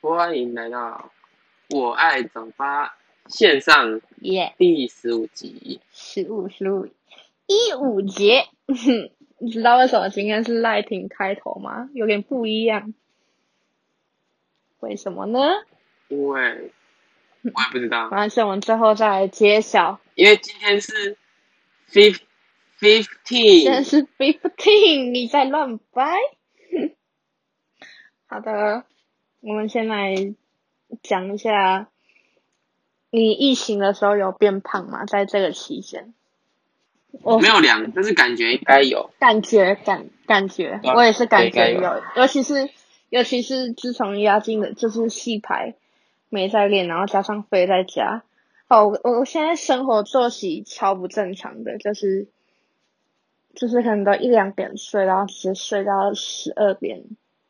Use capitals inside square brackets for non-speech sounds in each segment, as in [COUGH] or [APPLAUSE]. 欢迎来到《我爱早八》线上耶，第十五集。十五十五一五节， [LAUGHS] 你知道为什么今天是赖廷开头吗？有点不一样，为什么呢？因为我也不知道，没关系，我们最后再来揭晓。因为今天是 fif 现 fifteen，在是 fifteen，你在乱掰。 [LAUGHS] 好的，我们先来讲一下，你疫情的时候有变胖吗？在这个期间，我没有量，但是感觉应该有。感觉感感觉，对啊我也是感对觉应该有，尤其是尤其是自从押金的，就是戏牌没在练，然后加上飞在家，哦，我我我现在生活作息超不正常的，就是就是可能都一两点睡，然后直接睡到十二点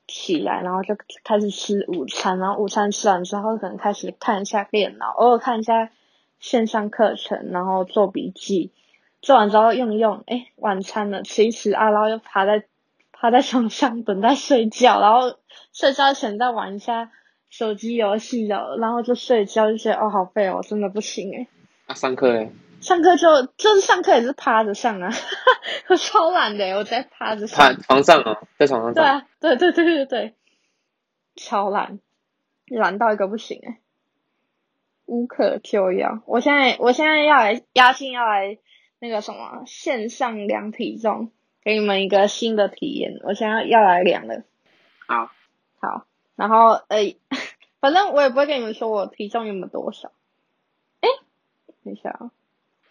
起来，然后就开始吃午餐，然后午餐吃完之后，可能开始看一下电脑，偶尔看一下线上课程，然后做笔记。做完之后用一用，哎，晚餐了，吃一吃啊，然后又趴在趴在床上等待睡觉，然后睡觉前再玩一下手机游戏哦，然后就睡觉，就觉得哦好废哦，真的不行哎。那啊上课欸嘞？上课就就是上课也是趴着上啊， [LAUGHS] 我超懒的诶，我在趴着上趴。床上哦，在床上对上。啊，对对对对对，超懒，懒到一个不行哎、无可救药。我现在我现在要来押金要来那个什么线上量体重，给你们一个新的体验。我现在要来量了，好，好，然后呃， [LAUGHS] 反正我也不会跟你们说我体重有没有多少。哎，等一下啊，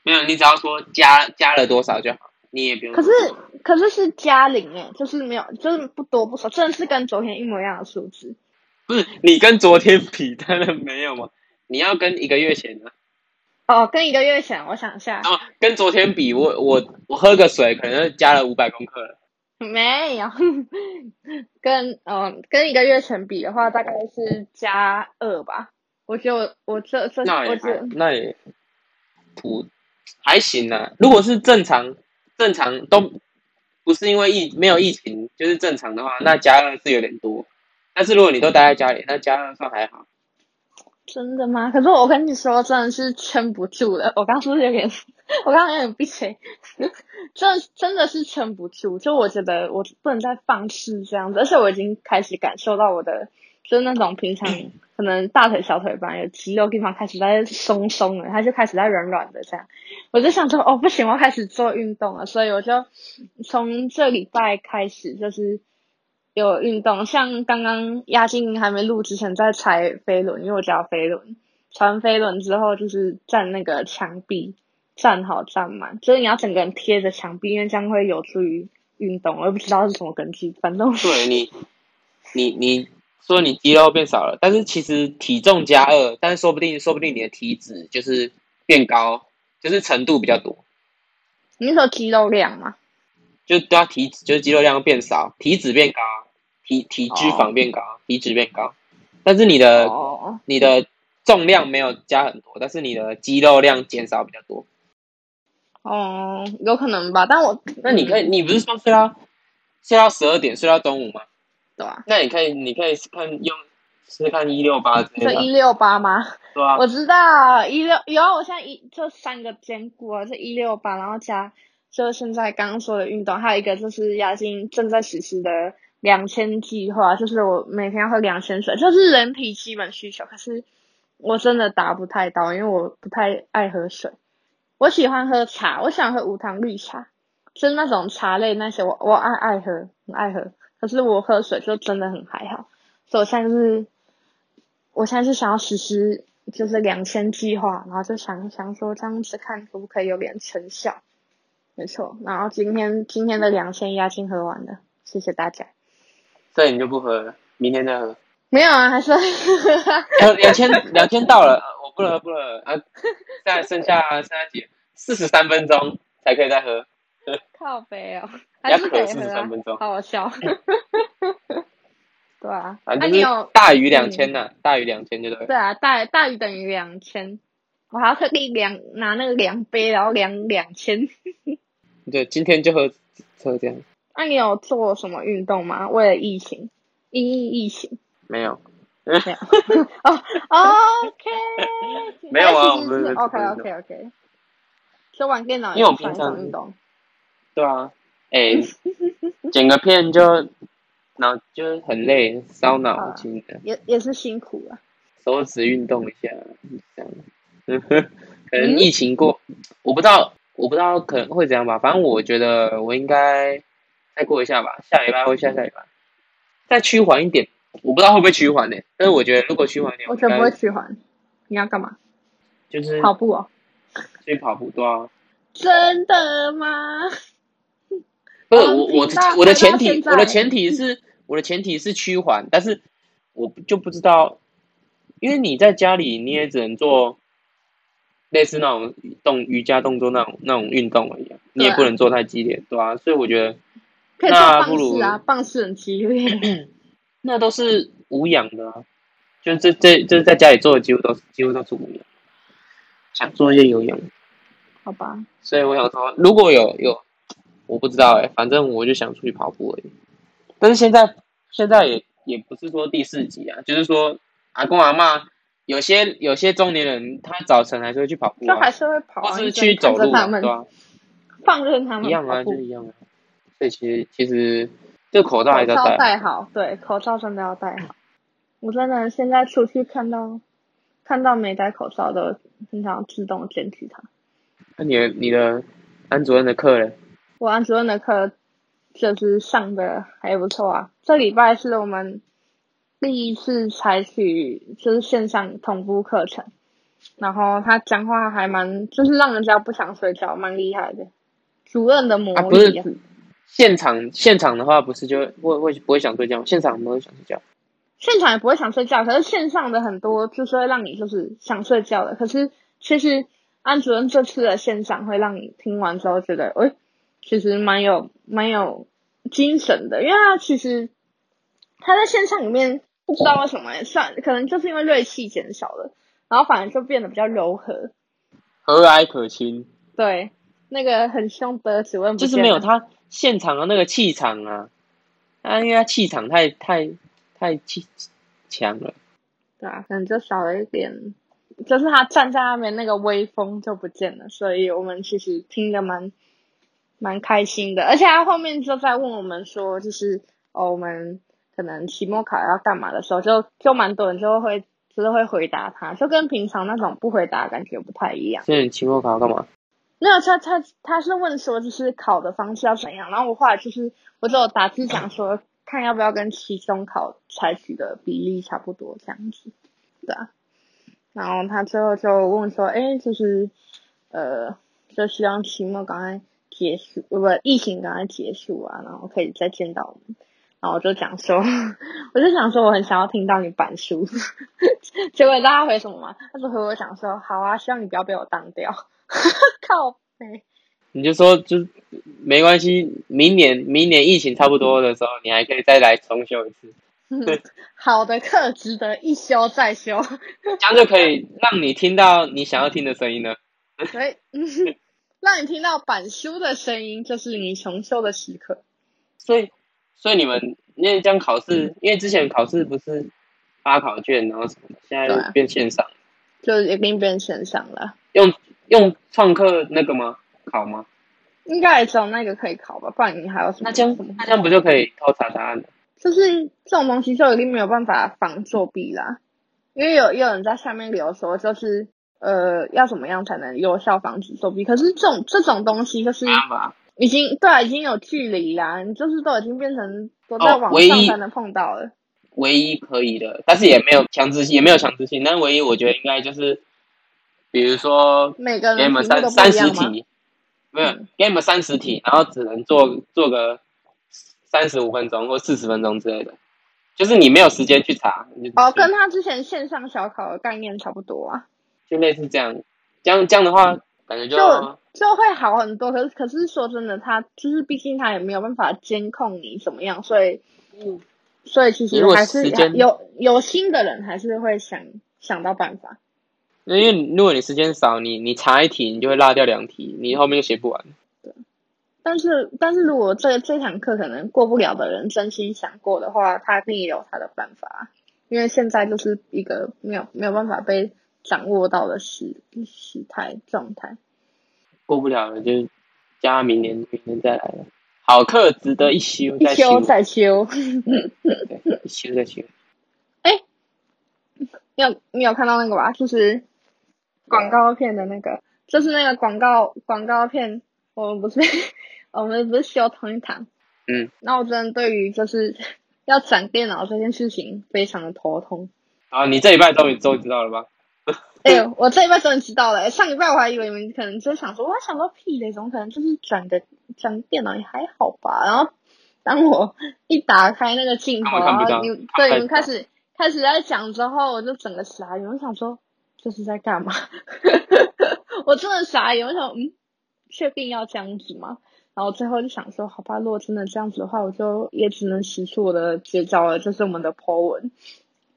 没有，你只要说加加了多少就好，你也不用可说是什么。可是是加零哎，就是没有，就是不多不少，真的是跟昨天一模一样的数字。不是你跟昨天比，当然没有嘛。你要跟一个月前呢、哦，跟一个月前，我想一下然，后跟昨天比，我我我喝个水可能加了五百公克了。 [LAUGHS] 没有，跟嗯、跟一个月前比的话，大概是加二吧。我觉得我我这这那我也觉还得那也不还行啊。如果是正常正常都不是因为疫没有疫情，就是正常的话，那加二是有点多。但是如果你都待在家里，那加二算还好。真的吗？可是我跟你说，真的是撑不住了。我刚是不是有点，我刚刚有点闭嘴，真的真的是撑不住。就我觉得我不能再放肆这样子，而且我已经开始感受到我的，就是那种 [LAUGHS] 平常可能大腿、小腿吧有肌肉地方开始在松松了，它就开始在软软的这样。我就想说，哦，不行，我要开始做运动了，所以我就从这礼拜开始就是有运动，像刚刚押金还没录之前在踩飞轮，因为我脚飞轮，踩完飞轮之后就是站那个墙壁，站好站满，就是你要整个人贴着墙壁，因为这样会有助于运动。我也不知道是什么根据，反正对你，你你说你肌肉变少了，但是其实体重加二，但是说不定说不定你的体脂就是变高，就是程度比较多，你是说肌肉量嘛，就对啊，体脂就是肌肉量变少，体脂变高，体体脂肪变高，体脂变高，但是你的、哦，你的重量没有加很多，但是你的肌肉量减少比较多。哦，有可能吧，但我那你嗯可以，你不是说睡到睡到十二点，睡到中午吗？对啊，那你可以，你可以看用试试看一六八之类就的，啊一六八吗？对啊，我知道一六有啊，我现在一就三个兼顾啊，这一六八，然后加就现在刚刚说的运动，还有一个就是雅欣正在实施的两千计划，就是我每天要喝两千水，就是人体基本需求。可是我真的达不太到，因为我不太爱喝水，我喜欢喝茶，我喜欢喝无糖绿茶，就是那种茶类那些我我爱爱喝，很爱喝。可是我喝水就真的很还好，所以我现在就是我现在是想要实施就是两千计划，然后就想想说这样子看可不可以有点成效。没错，然后今天今天的两千押金喝完了，谢谢大家。所以你就不喝了，明天再喝。呃没有啊，还是 [LAUGHS] 两两千两千到了，呃我不能喝，不能喝啊！现在剩下剩下几四十三分钟才可以再喝，靠北哦，还要是渴可以四喝十啊三，分钟，好好笑。 [LAUGHS] 对啊，反那、正就是你有嗯大于两千呐，大于两千就对了。对啊，大大于等于两千，我还要特地量拿那个量杯，然后量两千。对，今天就喝喝这样，啊那、你有做什么运动吗？为了疫情，因应疫情。没有。没有哦，OK， [LAUGHS] 没有啊哎是我们是是 OK OK OK，就玩电脑因为我也算一平常种运动，对啊， [LAUGHS] 哎、剪个片就脑就是很累，烧好脑啊筋的，也也是辛苦啊。手指运动一下这样。 [LAUGHS] 可嗯能疫情过，我不知道，我不知道可能会怎样吧。反正我觉得我应该再过一下吧，下礼拜或下下礼拜再趋缓一点。我不知道会不会趋缓呢、但是我觉得如果趋缓一点，我应觉得该嗯不会去还。你要干嘛？就是跑步哦？去跑步对啊。真的吗？不是哦我我听到我的回到前提现在嗯我的前提是我的前提是趋缓，但是我就不知道，因为你在家里你也只能做类似那种动瑜伽动作那种那种运动而已啊、你也对啊不能做太激烈，对啊？所以我觉得 [LAUGHS] 可以做那棒不如式啊，棒式很激烈。那都是无氧的啊，就是这这就是在家里做的几乎都是几乎都是无氧，想做一些有氧，好吧，所以我想说如果有有，我不知道哎、反正我就想出去跑步而已。但是现在现在也也不是说第四级啊，就是说阿公阿嬷有些有些中年人他早晨还是会去跑步就啊还，是会跑啊，或你是只能去走看着路啊、他们对啊，放任他们一样啊，跑就是步。一样啊。所以其实其实这个口罩还口是要罩戴啊，戴好，对，口罩真的要戴好。我真的现在出去看到看到没戴口罩的，很想自动检举他。那你的你的安主任的课嘞？我安主任的课就是上的还不错啊。这礼拜是我们第一次采取就是线上同步课程，然后他讲话还蛮，就是让人家不想睡觉，蛮厉害的。主任的魔啊不是力、啊现场现场的话，不是就会会不会想睡觉吗？现场不会想睡觉，现场也不会想睡觉，可是线上的很多就是会让你就是想睡觉的。可是其实安主任这次的线上会让你听完之后觉得，哎、其实蛮有蛮有精神的，因为他其实他在线上里面不知道为什么、算可能就是因为锐气减少了，然后反而就变得比较柔和。和蔼可亲，对，那个很凶的主任不就是见没有了他现场的那个气场啊，啊，因为他气场太太太气强了，对啊，可能就少了一点，就是他站在那边那个威风就不见了，所以我们其实听得蛮蛮开心的，而且他后面就在问我们说，就是哦，我们可能期末考要干嘛的时候，就就蛮多人就会就是会回答他，就跟平常那种不回答的感觉不太一样。所以你期末考要干嘛？没有，他他他是问说就是考的方式要怎样，然后我后来就是我就有打字讲说，看要不要跟期中考采取的比例差不多这样子，对啊。然后他最后就问说，哎，就是呃，就希望期末赶快结束，呃不，疫情赶快结束啊，然后可以再见到我们。然后我就讲说， [LAUGHS] 我就想说我很想要听到你板书， [LAUGHS] 结果你知道他回什么吗？他就回我讲说，好啊，希望你不要被我当掉。 [LAUGHS] 靠背，你就说就是没关系，明年明年疫情差不多的时候，你还可以再来重修一次，嗯好的课值得一修再修， [LAUGHS] 这样就可以让你听到你想要听的声音了。所以、嗯、让你听到板书的声音，就是你重修的时刻。所以所以你们因为这样考试，因为之前考试不是发考卷，然后什么的，现对在啊变线上。就一定变线上了，用用创客那个吗？考吗？应该也只有那个可以考吧，不然你还有什么？那这样嗯什么那这样不就可以偷查答案了？就是这种东西就一定没有办法防作弊啦，因为有也有人在下面留说，就是呃要怎么样才能有效防止作弊，可是这种这种东西就是没办法，已经对啊，已经有距离啦，你就是都已经变成都在哦网唯上一才能碰到了。唯一可以的，但是也没有强制性，也没有强制性。但唯一我觉得应该就是，比如说每个给你人们题目三呃都不三一十样吗？题，没有嗯给你们三十题，然后只能做做个三十五分钟或四十分钟之类的，就是你没有时间去查，你就哦，跟他之前线上小考的概念差不多啊，就类似这样，这样这样的话，感觉就就就会好很多。可是可是说真的，他就是毕竟他也没有办法监控你怎么样，所以所以其实嗯如果还是时间有有心的人还是会想想到办法。因为你如果你时间少，你你查一题，你就会落掉两题，你后面就写不完。但是但是如果这这堂课可能过不了的人真心想过的话，他一定也有他的办法啊，因为现在就是一个没有没有办法被掌握到的时时态状态。过不了了，就加明年，明年再来了。好课值得一修一再修修，再修，对一修再修。你有你有看到那个吧？就是广告片的那个，就是那个广告广告片，我们不是 [LAUGHS] 我们不是修同一堂，嗯，那我真的对于就是 [LAUGHS] 要转电脑这件事情非常的头痛。好，啊你这礼拜终于终于知道了吧？ [LAUGHS] 哎、呦，我这礼拜终于知道了、哎上礼拜我还以为你们可能真想说，我想到屁嘞，怎么可能就是转个转电脑也还好吧？然后当我 [LAUGHS] 一打开那个镜头，他们看然不到后你他们对看你们不到开始开始在讲之后，我就整个傻眼，我想说这是在干嘛？ [LAUGHS] 我真的傻眼，我想嗯，确定要这样子吗？然后最后就想说，好吧，如果真的这样子的话，我就也只能使出我的绝招了，就是我们的 po 文，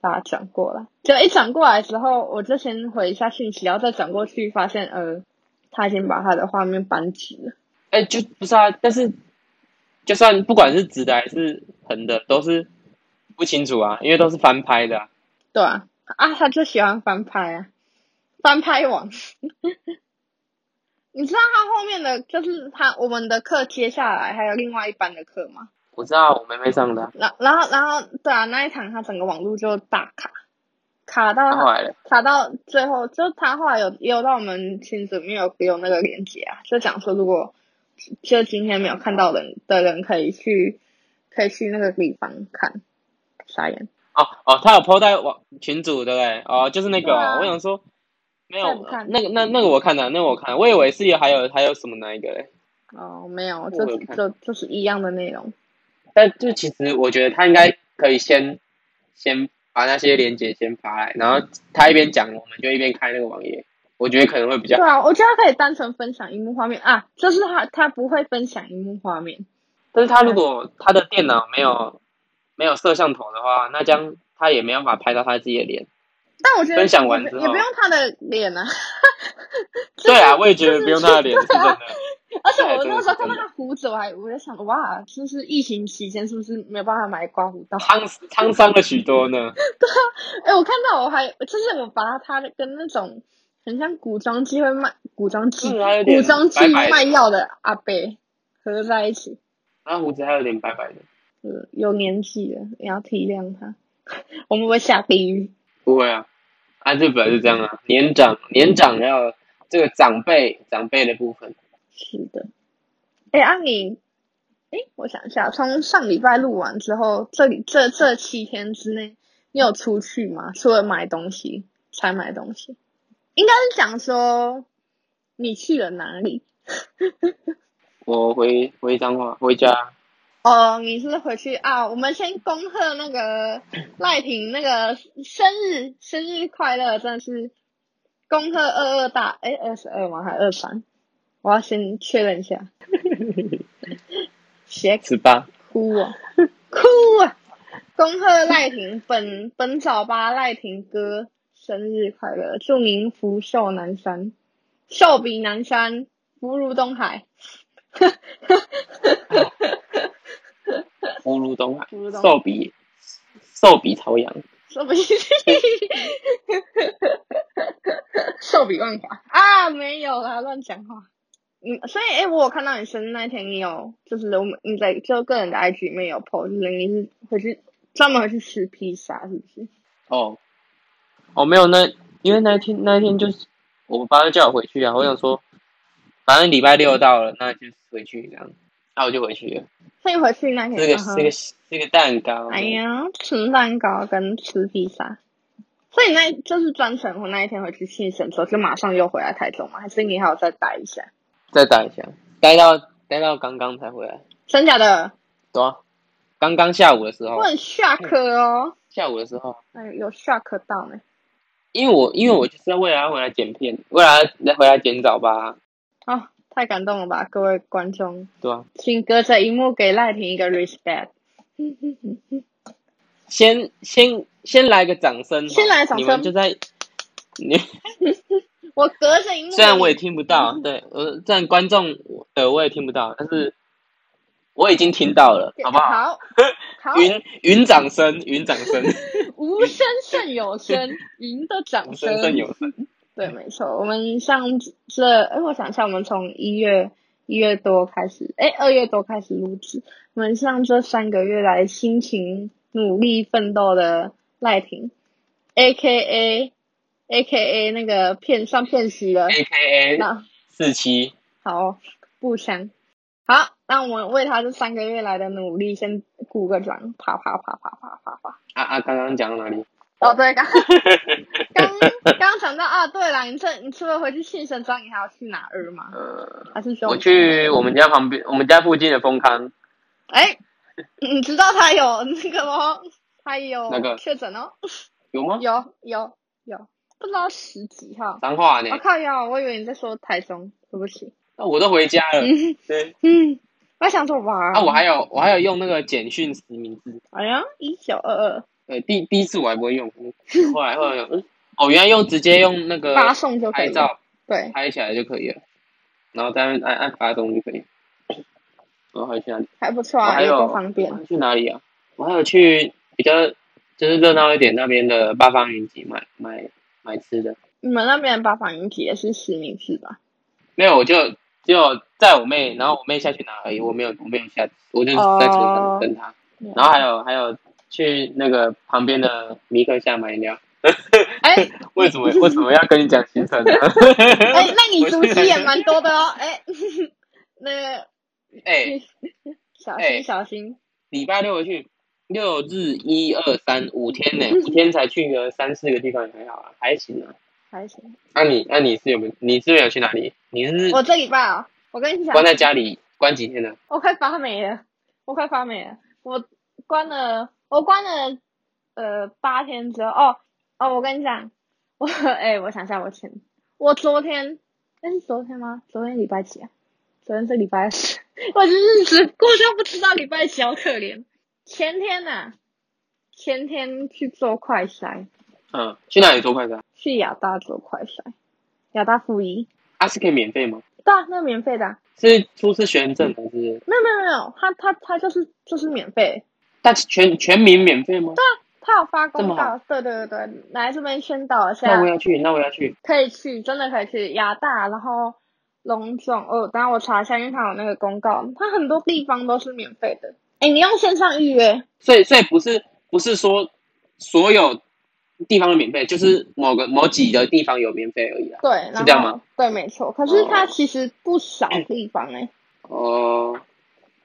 把它转过来。就一转过来之后，我就先回一下讯息，然后再转过去，发现呃，他已经把他的画面扳直了。哎、就不是啊，但是就算不管是直的还是横的，都是不清楚啊，因为都是翻拍的、啊。对啊，啊，他就喜欢翻拍啊，翻拍王。 [LAUGHS] 你知道他后面的就是他我们的课接下来还有另外一班的课吗？我知道我妹妹上的啊、然然后然后对啊，那一场他整个网络就大卡，卡到她他后来嘞，查到最后，就他后来有也有到我们群组里面有给我那个链接啊，就讲说如果就今天没有看到的人的人可以去可以去那个地方看，傻眼，哦哦，她有 PO 在网群组对不对？哦，就是那个对哦、啊我想说没有在不看那个那那个我看了、那个我看了，我以为是有还有还有什么那一个嘞，哦，没有，我就有看就就是一样的内容，但就其实我觉得她应该可以先先把那些链接先发来，然后她一边讲，我们就一边开那个网页，我觉得可能会比较对啊，我觉得可以单纯分享荧幕画面啊，就是他他不会分享荧幕画面，但是他如果他的电脑没有没有摄像头的话，那将他也没办法拍到他自己的脸。但我觉得分享完之后也不用他的脸啊， [LAUGHS] 就是对啊，我也觉得不用他的脸就是真的。而且我那时候看到他胡子，我还我在想，哇，就是疫情期间是不是没有办法买刮胡刀？沧沧桑了许多呢。哎、我看到我还就是我把它它的跟那种很像古装剧会卖古装剧、嗯还有点古装剧白白的卖药的阿伯合在一起，然后啊胡子还有点白白的，呃，有年纪了，也要体谅他。 [LAUGHS] 我们会不会下地狱？不会啊，啊日本是这样啊，年长年长要这个长辈长辈的部分，是的。哎、阿你，哎、我想一下，从上礼拜录完之后，这里这这七天之内，你有出去吗？除了买东西，才买东西，应该是讲说你去了哪里？我回回彰化回家，哦，你是回去啊？我们先恭贺那个赖婷那个生日，生日快乐！真的是恭贺二二大，哎，二十二吗？还二三？我要先确认一下。写十八，哭啊，哭啊！恭贺赖婷本本早八赖婷哥生日快乐，祝您福寿南山，寿比南山，福如东海。 [LAUGHS] 福如东海福如，东海寿比寿比朝阳， [LAUGHS] 说不定寿比万华啊，没有啦，乱讲话。嗯，所以哎、诶我有看到你生日那一天，你有就是我们你在就个人的 IG 里面有 po，就是你是回去专门回去吃披萨，是不是？哦，哦，没有那，因为那一天那一天就是我爸就叫我回去啊，我想说，反正礼拜六到了，那就回去这样，那我就回去了。所以回去那天，这个然后这个这个蛋糕，嗯哎呀，吃蛋糕跟吃披萨。所以那就是专程我那一天回去庆生之后，就马上又回来台中嘛？还是你还要再待一下？再打一下，待到待到刚刚才回来，真假的？对啊，刚刚下午的时候我，很 shock 哦，下午的时候，哎，有 shock 到呢。因为我因为我就是要为了要回来剪片，为了要回来剪早吧，哦，太感动了吧，各位观众，对啊，请隔着荧幕给赖婷一个 respect。先先先来个掌声，先来掌声你们就在。你我隔着荧幕，虽然我也听不到，对，呃，虽然观众的我也听不到，但是我已经听到了，好不好？ [LAUGHS] 好？好，云云掌声，云掌 [LAUGHS] 声，无声胜 [LAUGHS] 有声，赢的掌掌声胜有声。对，没错，我们像这，哎，我想一下，我们从一月一月多开始，哎，二月多开始录制，我们像这三个月来辛勤努力奋斗的赖婷，A K A A K A 那个骗上骗习了， A K A 那四七，好步枪，好，那我们为他这三个月来的努力先鼓个掌，啪啪啪啪啪啪啪。啊啊，刚刚讲到哪里？哦，[LAUGHS] 对，刚刚刚刚想到啊，对了，你这你除了回去庆生之外，你还要去哪儿吗？呃，还是说我？去我们家旁边，我们家附近的丰康，哎，你知道他有那个吗？他有那个确诊哦，有吗？有有有，不知道十几号。脏话呢我、？靠呀！我以为你在说台中，对不起。那我都回 [LAUGHS] 家了。对，嗯，我想说哇，啊，我还有我还有用那个简讯实名制，哎呀，一九二对，呃第第一次我还不会 [LAUGHS] 用，后来后来有嗯，哦，原来用直接用那二个发送就呃可拍以了。照对，拍起来就可以了，然后再按按按发送就可以。然后还去哪里？还不错我啊，还也有够方便我。还去哪里啊？我还有去比较就是热闹一点那边的八方云集买买买吃的。你们那边的八方云集也是实名制吧？没有，我就只有载我妹，然后我妹下去拿而已，我没有我没有下，我就是在车哦上等她。然后还有还有去那个旁边的米克夏买饮料。哎，为什么为什么要跟你讲行程呢？哎，那你足迹也蛮多的哦。哎，那个 [LAUGHS] 哎，小哎心小心，礼拜六去，六日一二三五天呢，五天才去了三四个地方也还好啊，还行啊。还行。那、你那、你是有没有你是没有去哪里？你是我这礼拜啊，我跟你讲关，在家里关几天呢？啊我快发霉了，我快发霉了。我关了，我关了，呃，八天之后，哦哦，我跟你讲，我哎，我想一下，我前我昨天，那是昨天吗？昨天礼拜几啊？昨天是礼拜四，我这日子过到不知道礼拜几，好可怜。前天呐、前天去做快筛。嗯，去哪里做快餐？去亚大做快筛，亚大附一，啊，是可以免费吗？对啊，那免费的啊、是出示学生证还是？没有没有没有，他他他就是就是免费，但是全全民免费吗？他有发这公么好告，对对对对，来这边宣导一那下我，要去，那我要去。可以去，真的可以去亚大，然后龙总，哦，等下我查一下，因为他有那个公告，他很多地方都是免费的，哎，你用线上预约，所以所以不是不是说所有地方都免费，就是某个某几个地方有免费而已啊啦。对，是然这样后吗对，没错，可是哦它其实不少地方哎，哦、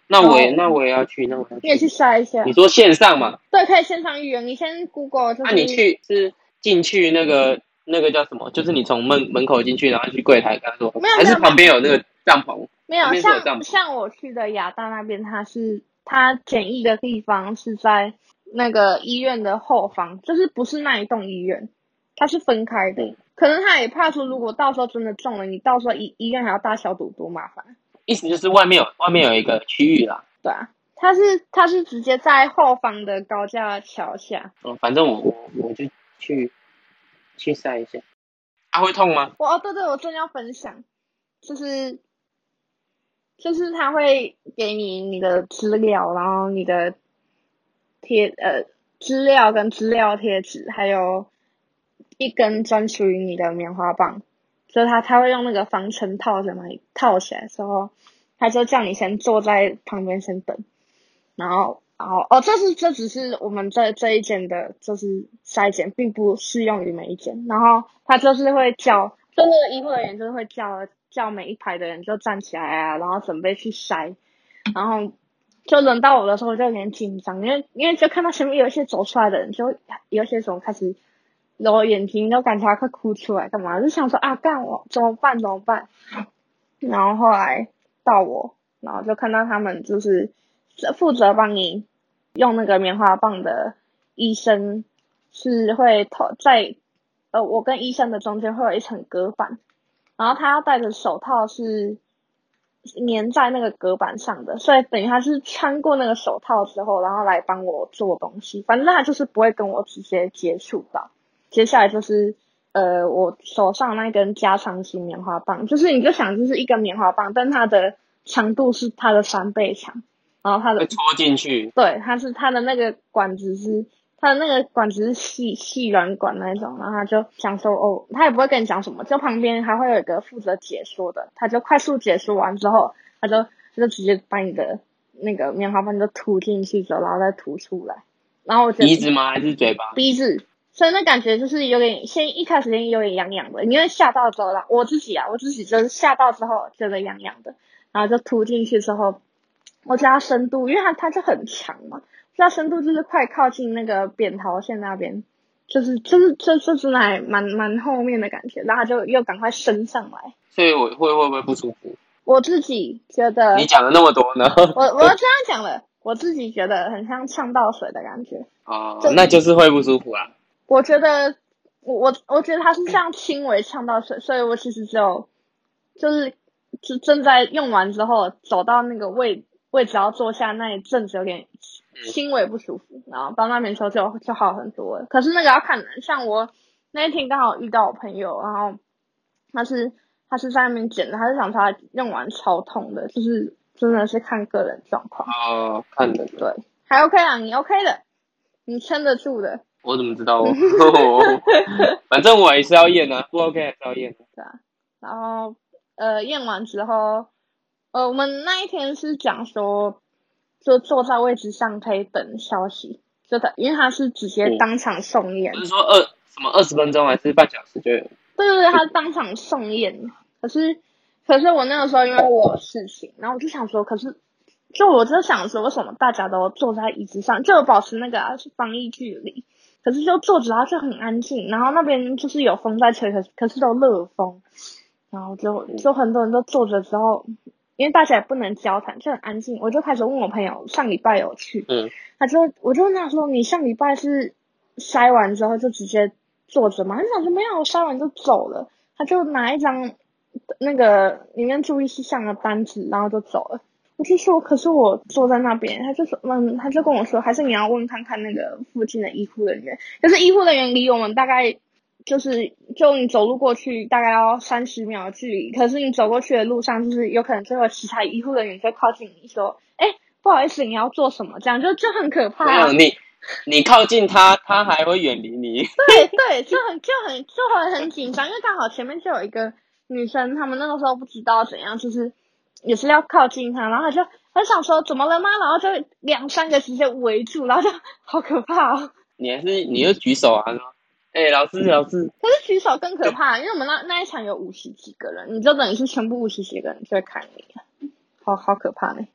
那我也、哦那我也要去，那我要你也去筛一下哦你，说线上嘛？对，可以线上预约，你先 Google 就那、是你去是进去那个那个叫什么？就是你从门门口进去，然后去柜台跟他说，没有还没是有旁边有那个帐篷？没有那边是有帐像篷像我去的亚大那边，它是它简易的地方是在那个医院的后方，就是不是那一栋医院，它是分开的。嗯可能他也怕说，如果到时候真的中了，你到时候医医院还要大消毒，多麻烦。意思就是外面有外面有一个区域啦。对啊，它是它是直接在后方的高架桥下。嗯，反正我我我就去去晒一下。啊，会痛吗？我哦，对对，我正要分享，就是就是他会给你你的资料，然后你的贴呃资料跟资料贴纸，还有一根专属于你的棉花棒，就是他他会用那个防尘套什么套起来之后，他就叫你先坐在旁边先等，然后。然后哦，这是这只是我们这这一间的，就是筛检，并不适用于每一间。然后他就是会叫，就那个医护人员就是会叫叫每一排的人就站起来啊，然后准备去筛，然后就轮到我的时候，我就有点紧张，因为因为就看到前面有一些走出来的人，就有些时候开始揉眼睛，就感觉他快哭出来干嘛，就想说啊，干我怎么办怎么办？然后后来到我，然后就看到他们就是负责帮你用那个棉花棒的医生是会头在呃我跟医生的中间会有一层隔板，然后他要戴的手套是粘在那个隔板上的，所以等于他是穿过那个手套之后，然后来帮我做东西。反正他就是不会跟我直接接触到。接下来就是呃，我手上那根加长型棉花棒，就是你就想就是一根棉花棒，但它的长度是它的三倍长，然后它会的戳进去，对，它是它的那个管子是它的那个管子是细细软管那一种，然后他就想说哦，他也不会跟你讲什么，就旁边还会有一个负责解说的，他就快速解说完之后，他就他就直接把你的那个棉花棒就吐进去之后，然后再吐出来，然后我觉得鼻子吗？还是嘴巴？鼻子，所以那感觉就是有点，先一开始先有点痒痒的，因为吓到之后啦，我自己啊，我自己就是吓到之后觉得痒痒的，然后就涂进去之后，我觉得它深度，因为它它就很长嘛，它深度就是快靠近那个扁桃腺那边，就是就是这这真的还蛮蛮后面的感觉，然后它就又赶快升上来，所以我会会不会不舒服？我自己觉得，你讲了那么多呢？我我这样讲了，我自己觉得很像呛到水的感觉。哦这，那就是会不舒服啦。我觉得我我我觉得他是这样轻微呛到水，所以我其实只有就是就正在用完之后走到那个位位置要坐下那一阵子有点轻微不舒服，然后到那边之后就就好很多了。可是那个要看人，像我那一天刚好遇到我朋友，然后他是他是在那边剪的，他是想说他用完超痛的，就是真的是看个人状况，哦，看的，对，还 OK 啊，你 OK 的，你撑得住的。我怎么知道？ [LAUGHS] 反正我也是要验啊，不 OK 还是要验啊。然后呃验完之后，呃我们那一天是讲说，就坐在位置上可以等消息，就他因为他是直接嗯当场送验，不是说二什么二十分钟还是半小时就有？对对对，他当场送验。可是可是我那个时候因为我有事情，然后我就想说，可是就我就想说，为什么大家都坐在椅子上，就有保持那个、啊、防疫距离？可是就坐着，然后就很安静，然后那边就是有风在吹，可是可是都热风，然后就就很多人都坐着之后，因为大家也不能交谈，就很安静。我就开始问我朋友上礼拜有去，嗯，他就我就问他说你上礼拜是筛完之后就直接坐着吗？他就想说没有，我筛完就走了。他就拿一张那个里面注意事项的单子，然后就走了。我就说，可是我坐在那边，他就说，嗯，他就跟我说，还是你要问看看那个附近的医护人员。可是医护人员离我们大概就是，就你走路过去大概要三十秒的距离，可是你走过去的路上，就是有可能就有其他医护人员就靠近你说，哎、不好意思，你要做什么？这样就就很可怕、没啊有。你，你靠近他，他还会远离你。对对，就很就很就很很紧张，因为刚好前面就有一个女生，她们那个时候不知道怎样，就是也是要靠近她，然后她就很想说怎么了吗？然后就两三个直接围住，然后就好可怕哦。你还是你就举手啊，说，哎、老师老师，可是举手更可怕，因为我们那那一场有五十几个人，你就等于是全部五十几个人就会看你，好好可怕呢。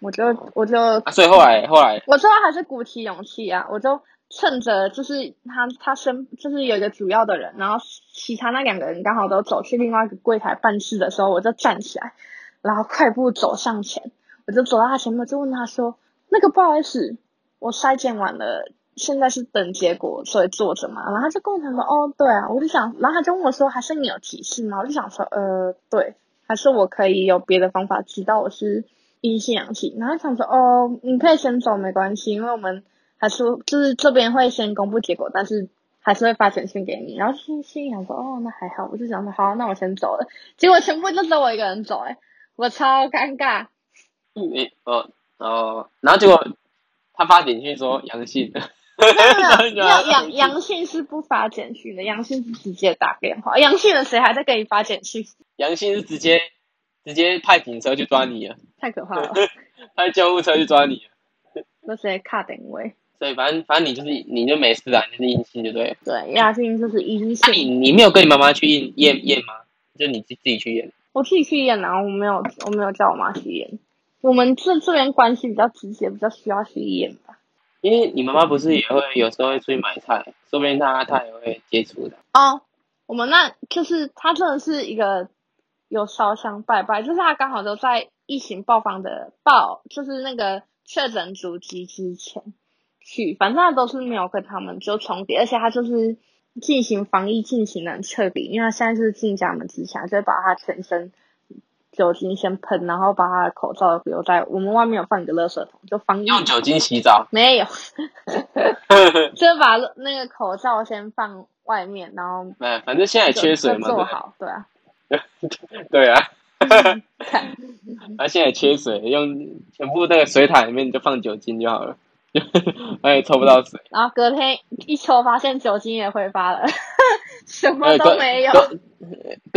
我就我就啊，所以后来后来，我最后还是鼓起勇气啊，我就趁着就是他他身就是有一个主要的人，然后其他那两个人刚好都走去另外一个柜台办事的时候，我就站起来，然后快步走上前，我就走到他前面，就问他说：“那个不好意思，我筛检完了。”现在是等结果，所以坐着嘛。然后他就跟我讲说，哦，对啊，我就想，然后他就问我说，还是你有提示吗？我就想说，呃，对，还是我可以有别的方法知道我是阴性阳性。然后想说，哦，你可以先走，没关系，因为我们还是就是这边会先公布结果，但是还是会发简讯给你。然后心心里想说，哦，那还好，我就想说，好，那我先走了。结果全部就只有我一个人走、欸，我超尴尬。你呃呃，然后结果他发简讯说阳性的，没有没有，然后就阳阳性是不发简讯的，阳性是直接打电话，阳性的谁还在给你发简讯？阳性是直接直接派警车去抓你了，太可怕了，派救护车去抓你了，就直接卡定位。所以反正反正你就是你就没事啊，你就是阴性就对了。对，阳性就是阴那你性，你没有跟你妈妈去验验验吗？就你自自己去验，我自己去验啊，我没有我没有叫我妈去验。我们这这边关系比较直接，比较需要去验吧。因为你妈妈不是也会有时候会出去买菜，说不定她她也会接触的。哦，我们那就是他真的是一个有烧香拜拜，就是他刚好都在疫情爆发的爆，就是那个确诊足迹之前。去，反正他都是没有跟他们就重叠，而且他就是进行防疫进行的很彻底，因为他现在是进家门之下，就把他全身酒精先喷，然后把他的口罩留在我们外面有放一个垃圾桶，哦就防疫用酒精洗澡，没有， [LAUGHS] 就把那个口罩先放外面，然后哎，反正现在也就缺水就嘛，做好，对啊，对不对对啊，看，那现在缺水，用全部那个水塔里面就放酒精就好了，而且抽不到水，然后隔天一抽发现酒精也挥发了， [LAUGHS] 什么都没有，哎隔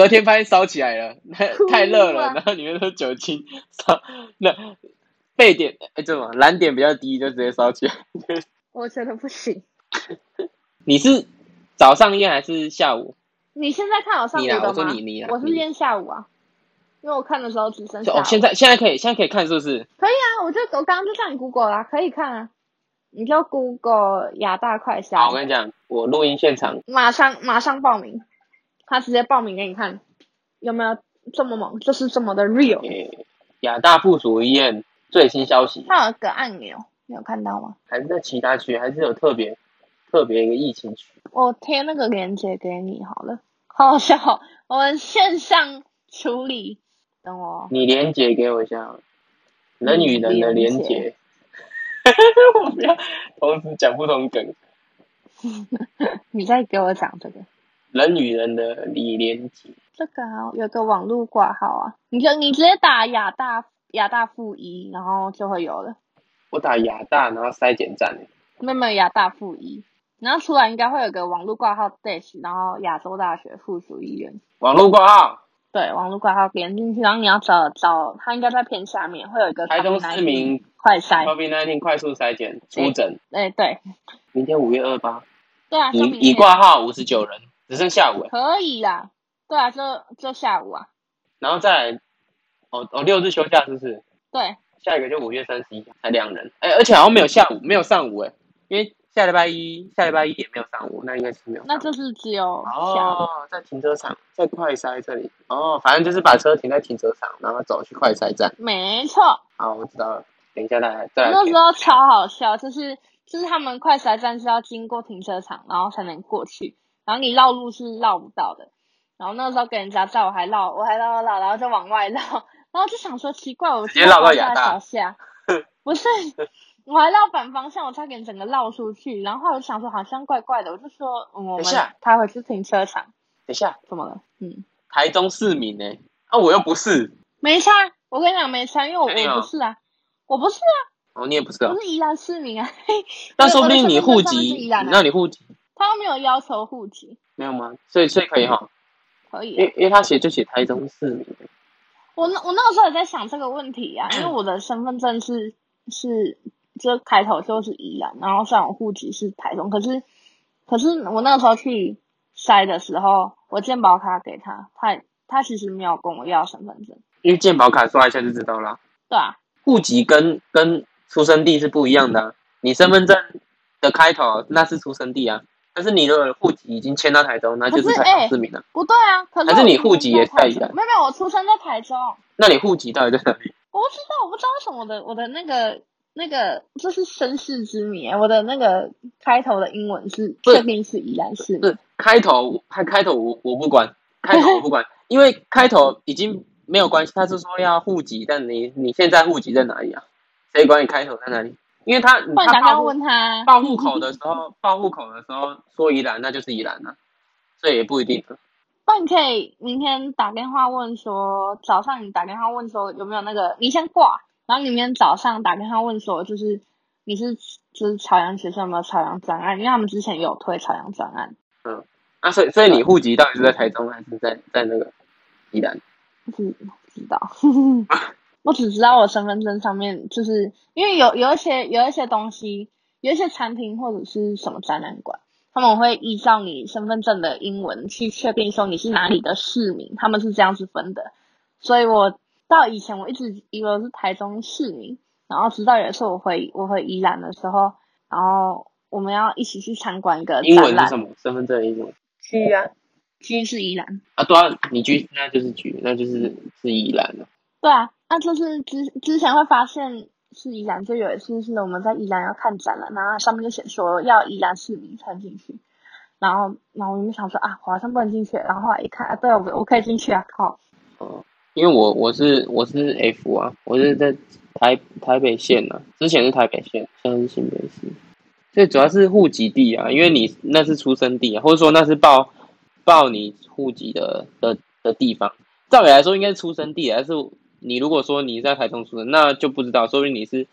隔天发现烧起来了，太哭啊太热了，然后里面都是酒精，烧那沸点哎，这种蓝点比较低，就直接烧起来。我觉得不行。你是早上验还是下午？你现在看我上午你啦，的我说吗？你你啦，我是你练下午啊，因为我看的时候只剩下午。哦，现在现在可以现在可以看是不是？啊，我就我刚刚就叫你 Google 啦，可以看啊，你就 Google 亚大快好，消我，跟你讲，我录音现场马上马上报名，他直接报名给你看，有没有这么猛？就是这么的 real，诶呃亚大附属医院最新消息，它有一个按钮，你有看到吗？还是在其他区，还是有特别特别一个疫情区。我贴那个链接给你好了，好好笑哦，我们线上处理，等我哦。你连接给我一下，啊人与人的连连接结。 [LAUGHS] 我不要同时讲不同梗，你再给我讲这个，人与人的李连杰。这个啊，有个网络挂号啊，你就你直接打亚大亚大附一，然后就会有了。我打亚大，然后筛检站，妹妹亚大附一，然后出来应该会有个网络挂号 dash，然后亚洲大学附属医院。网络挂号，对，网络挂号点进去，然后你要找找，它应该在偏下面会有一个台中 COVID-19 市民快筛， COVID-19 快速筛检出诊，哎对明天五月二八，对啊，就已明已天挂号五十九人，只剩下 [LAUGHS] 午了，可以啦，对啊，就就下午啊，然后再来，哦哦，六日休假是不是？对，下一个就五月三十一才两人，哎、而且好像没有下午，没有上午哎、因为下礼拜一下礼拜一也没有上午，那应该是没有上那午。就是只有下午，哦，在停车场，在快筛这里。哦，反正就是把车停在停车场，然后走去快筛站。没错。好，我知道了。等一下再来再来那时填。候超好笑，就是就是他们快筛站是要经过停车场，然后才能过去，然后你绕路是绕不到的。然后那时候跟人家照，我还绕，我还绕绕绕，然后就往外绕， [LAUGHS] 然后就想说奇怪，我直接绕到亚下大 [LAUGHS] 小下，不是，我还绕反方向，我差点整个绕出去。然后后来我想说好像怪怪的，我就说、嗯、等我们一下开回去停车场，等一下，怎么了？嗯，台中市民呢、啊，我又不是。没差，我跟你讲没差，因为我确定哦我不是啊，我不是啊，哦，你也不是啊我。是宜兰市民啊。那说不定你我的户身份证上面是籍宜，兰啊那你户籍他没有要求户籍，没有吗？所以所以可以哈，可以因啊。为因为他写就写台中市民。我那我那个时候也在想这个问题啊，因为我的身份证是是就开头就是宜兰，然后虽然我户籍是台中，可是可是我那个时候去筛的时候，我健保卡给他，他也他其实没有跟我要身份证，因为健保卡刷一下就知道啦。对啊，户籍跟跟出生地是不一样的啊、你身份证的开头那是出生地啊，但是你的户籍已经迁到台中，那就是可是台中哎市民了、不对啊，可还我是你出生户籍也在宜兰台中没有没有，我出生在台中，那你户籍到底在哪里？我不知道，我不知道为什么我的我的那个。那个这是身世之谜，我的那个开头的英文是不是确定是宜兰市民不，是开头，还开头我我不管，开头我不管，因为开头已经没有关系。他是说要户籍，但你你现在户籍在哪里啊？谁管你开头在哪里？因为他不他然打电报话户问他。报户口的时候，报户口的时候说宜兰，那就是宜兰啊，所以也不一定啊。不然你可以明天打电话问说，早上你打电话问说有没有那个，你先挂，然后你明天早上打电话问说，就是你是就是朝阳学校有没有朝阳专案，因为他们之前有推朝阳专案，啊，所以所以你户籍到底是在台中还是在在那个宜兰？不知不知道。 [LAUGHS] 我只知道我身份证上面，就是因为有有一些有一些东西，有一些餐厅或者是什么展览馆，他们会依照你身份证的英文去确定说你是哪里的市民，他们是这样子分的。所以我到以前我一直以为我是台中市民，然后直到有一次我回我回宜兰的时候，然后我们要一起去参观一个英展文是什览，么？身份证的英文居啊，居是宜兰。啊？对啊，你居那就是居，那就是是宜兰了、对啊，那就是之之前会发现是宜兰，就有一次是我们在宜兰要看展览，然后上面就写说要宜兰市民才进去，然后然后我就想说啊，我好像不能进去，然后后来一看啊，对，我我可以进去啊，靠，哦，因为我我是我是 F 啊，我是在台台北县啊，之前是台北县，现在是新北市。最主要是户籍地啊，因为你那是出生地啊，或者说那是报报你户籍的的的地方，照理来说应该是出生地啊，但是你如果说你是在台中出生，那就不知道，说不定你是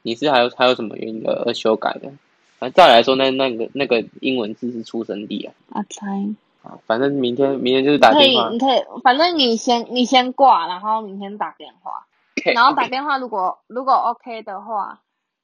你是还有还有什么原因而而修改的。反正照理来说，那那个那个英文字是出生地啊。阿猜。啊，反正明天明天就是打你可电以话，你可以，反正你先你先挂，然后明天打电话，然后打电话如果如果 OK 的话，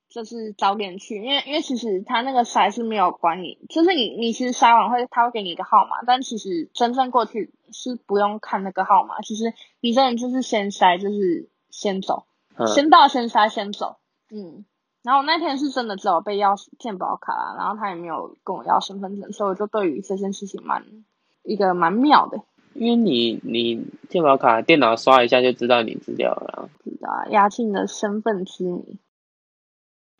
就是早点去，因为因为其实他那个筛是没有管你，就是你你其实筛完会他会给你一个号码，但其实真正过去是不用看那个号码，其实你真的就是先筛就是先走，嗯，先到先筛先走，嗯。然后我那天是真的只有被要健保卡啦，然后他也没有跟我要身份证，所以我就对于这件事情蛮一个蛮妙的。因为你你健保卡电脑刷一下就知道你资料了啊。知道啊，压进的身份之谜。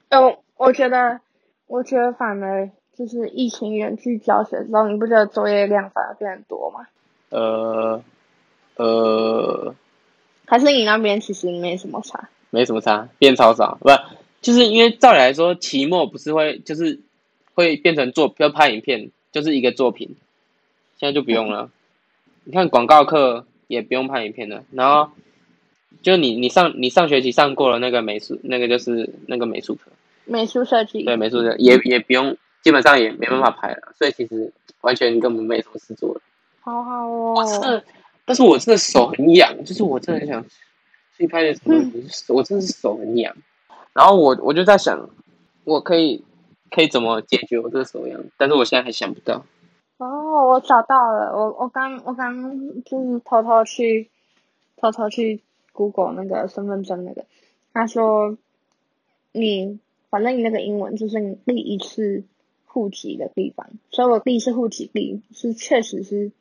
呃，我觉得，我觉得反而就是疫情远距教学之后，你不觉得作业量反而变得多吗？呃呃，还是你那边其实没什么差？没什么差，变超少，不就是因为照理来说，期末不是会就是会变成作，要拍影片，就是一个作品，现在就不用了。你看广告课也不用拍影片了，然后就你你上你上学期上过了那个美术，那个就是那个美术课，美术设计对，美术课也也不用，基本上也没办法拍了，所以其实完全根本没什么事做了。好好我真哦，的，但是我真的手很痒，就是我真的很想去拍点什么嗯东西，我真的是手很痒。然后我我就在想，我可以可以怎么解决我这个手痒？但是我现在还想不到。哦，我找到了，我我刚我刚就是偷偷去偷偷去 Google 那个身份证那个，他说你反正你那个英文就是你第一次户籍的地方，所以我第一次户籍地是确实是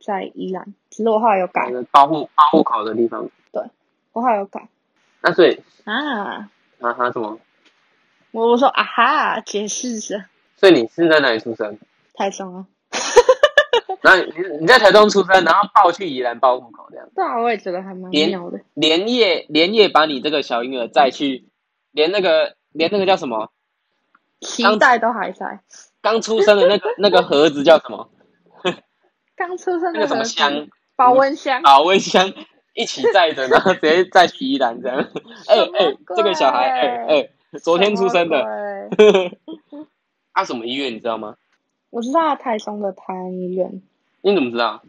在宜兰，只是我后来有改，包户包户口的地方，我后来有改那所以啊，啊哈什么？我我说啊哈，解释着所以你是在哪里出生？太松了，然后你你在台中出生，然后报去宜兰包户口这样，对啊，我也觉得还蛮连妙的，连夜连夜把你这个小婴儿再去，连那个连那个叫什么？期刚待都还在，刚出生的那个那个盒子叫什么？刚出那生的个什盒么嗯子箱？保温箱。 [LAUGHS] 保温箱一起载着，然后直接载去宜兰这 [LAUGHS] 样。哎什么哎、这个小孩鬼哎哎、昨天出生的。的。 [LAUGHS] 啊，什么医院你知道吗？我知道台中的台安医院，你怎么知道？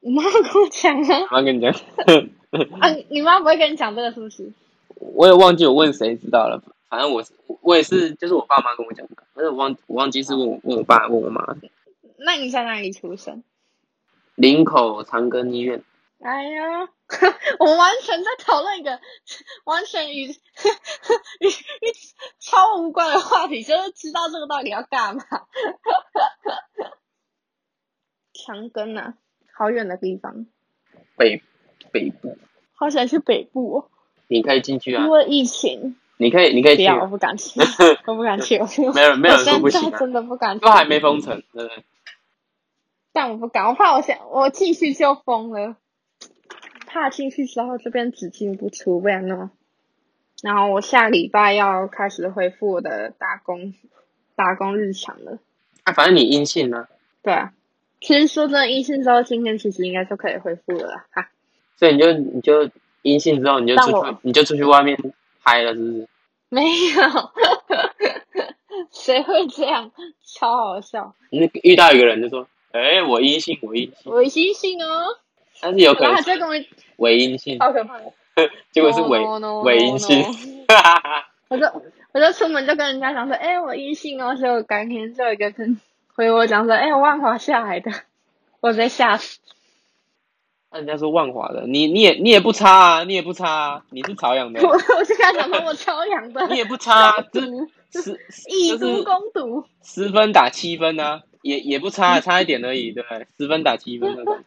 你妈跟我讲啊，我要跟你讲， [LAUGHS] 啊，你妈不会跟你讲这个是不是？我也忘记我问谁知道了。反正我是我我也是，就是我爸妈跟我讲的，但是我忘我忘记是问我问我爸问我妈。那你在哪里出生？林口长庚医院，哎呀， [LAUGHS] 我们完全在讨论一个完全与 [LAUGHS] 与与超无关的话题，就是知道这个到底要干嘛。长庚啊，好远的地方，北北部，好想去北部、哦，你可以进去啊因，为疫情。你可以你可以不去要，我啊，不敢去，我不敢去，我 [LAUGHS] 不没有人没有人说不我行现在啊，真的不敢去都，还没封城，对不对？但我不敢，我怕我想我进去就疯了，怕进去之后就变只进不出，不然呢？然后我下礼拜要开始恢复我的打工打工日常了，啊，反正你阴性啊，对啊。其实说真的，阴性之后，今天其实应该就可以恢复了啦哈。所以你就你就阴性之后你就出但去我你就出去外面拍了，是不是？没有， [LAUGHS] 谁会这样？超好笑！那个遇到一个人就说：“哎、我阴性，我阴性。伪阴性哦，”啊但是有可然后能他是就跟我伪阴性，好可怕。结果是伪 No, no, no, 伪阴性 no.。我就我就出门就跟人家讲说，哎、我阴性哦，所以我改天就有一个人回我讲说，哎、我万华下来的， [LAUGHS] 我直接吓死。那人家说万华的，你你也你也不差啊，你也不差啊，你是朝阳的 [LAUGHS] 我，我就跟他讲说，我朝阳 [LAUGHS] 的你，也不差啊， [LAUGHS] 这毒十以就是毒攻毒，十分打七分啊，也也不差、差一点而已，对不对？十分打七分那种。